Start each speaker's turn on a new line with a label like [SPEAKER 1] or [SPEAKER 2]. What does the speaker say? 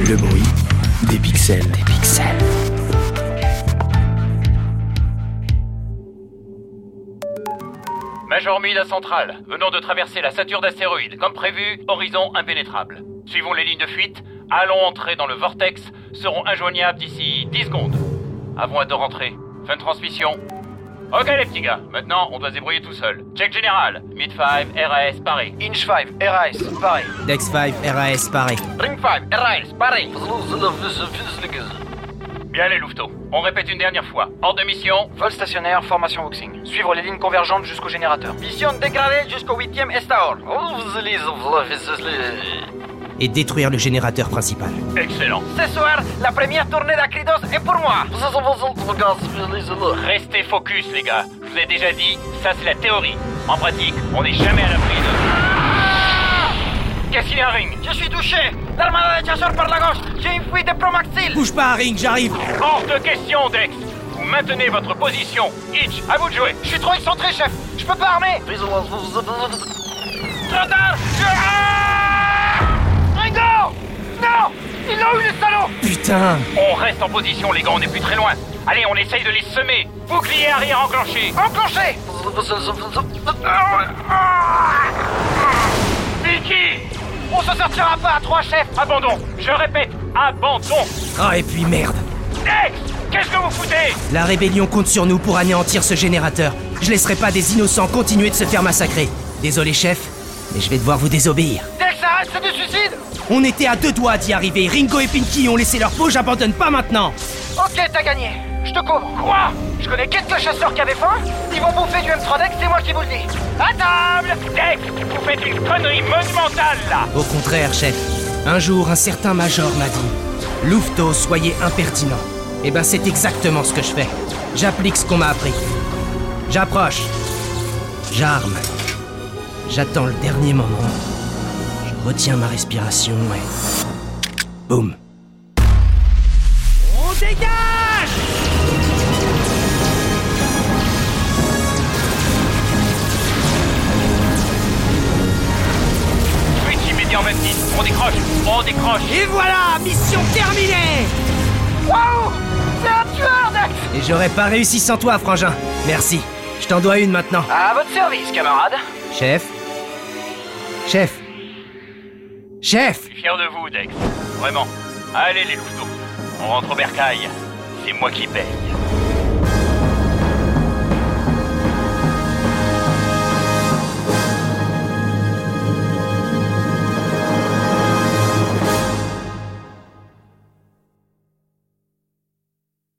[SPEAKER 1] Le bruit des pixels. Des pixels.
[SPEAKER 2] Major Mida Centrale, venons de traverser la ceinture d'astéroïdes. Comme prévu, horizon impénétrable. Suivons les lignes de fuite, allons entrer dans le vortex, seront injoignables d'ici 10 secondes. Avant de rentrer. Fin de transmission. Ok les petits gars, maintenant on doit se débrouiller tout seul. Check général, mid 5, RAS, Paris.
[SPEAKER 3] Inch 5, RAS, pareil.
[SPEAKER 4] Dex 5, RAS, pareil.
[SPEAKER 2] Ring 5, RAS, Paris. Bien les louveteaux, on répète une dernière fois. Hors de mission,
[SPEAKER 3] Vol stationnaire, formation boxing. Suivre les lignes convergentes jusqu'au générateur.
[SPEAKER 5] Mission dégradée jusqu'au 8ème Estaor.
[SPEAKER 4] Et détruire le générateur principal.
[SPEAKER 2] excellent.
[SPEAKER 5] Ce soir, la première tournée d'Acridos est pour moi.
[SPEAKER 2] Restez focus les gars, je vous ai déjà dit, ça c'est la théorie. En pratique, on n'est jamais à l'abri de... Qu'est-ce qu'il y a Ring
[SPEAKER 5] Je suis touché. L'armada des chasseurs par la gauche. J'ai une fuite de Promaxil.
[SPEAKER 4] Bouge pas, Ring, j'arrive
[SPEAKER 2] Hors de question Dex Vous maintenez votre position, Hitch, à vous de jouer
[SPEAKER 5] Je suis trop excentré, chef. Je peux pas armer. Trop tard. Je... Ah Ringo Non Ils l'ont eu, les salauds
[SPEAKER 4] Putain
[SPEAKER 2] On reste en position les gars, on n'est plus très loin Allez, on essaye de les semer Bouclier arrière enclenché
[SPEAKER 5] Enclenché
[SPEAKER 2] Vicky On se sortira pas à trois chefs Abandon Je répète, abandon
[SPEAKER 4] Oh, et puis merde
[SPEAKER 2] Dex Qu'est-ce que vous foutez
[SPEAKER 4] La rébellion compte sur nous pour anéantir ce générateur. Je laisserai pas des innocents continuer de se faire massacrer. Désolé, chef, mais je vais devoir vous désobéir.
[SPEAKER 5] Dex, arrête, c'est du suicide
[SPEAKER 4] On était à deux doigts d'y arriver. Ringo et Pinky ont laissé leur peau, j'abandonne pas maintenant
[SPEAKER 5] Ok, t'as gagné. Je te couvre. Quoi Je connais quelques chasseurs qui avaient faim. Ils vont bouffer du M3DEX, c'est moi qui vous le dis. À table
[SPEAKER 2] Dex Vous faites une connerie monumentale là
[SPEAKER 4] Au contraire, chef. Un jour, un certain major m'a dit Louveteau, soyez impertinent. Eh ben, c'est exactement ce que je fais. J'applique ce qu'on m'a appris. J'approche. J'arme. J'attends le dernier moment. Je retiens ma respiration et. Boum. On dégage
[SPEAKER 2] Fuite immédiat en 26 On décroche On décroche
[SPEAKER 4] Et voilà Mission terminée
[SPEAKER 5] Waouh C'est un tueur, Dex
[SPEAKER 4] Et j'aurais pas réussi sans toi, frangin. Merci. Je t'en dois une maintenant.
[SPEAKER 5] À votre service, camarade.
[SPEAKER 4] Chef Chef Chef
[SPEAKER 2] Je suis fier de vous, Dex. Vraiment. Allez les louveteaux, on rentre au bercail. C'est moi qui paye.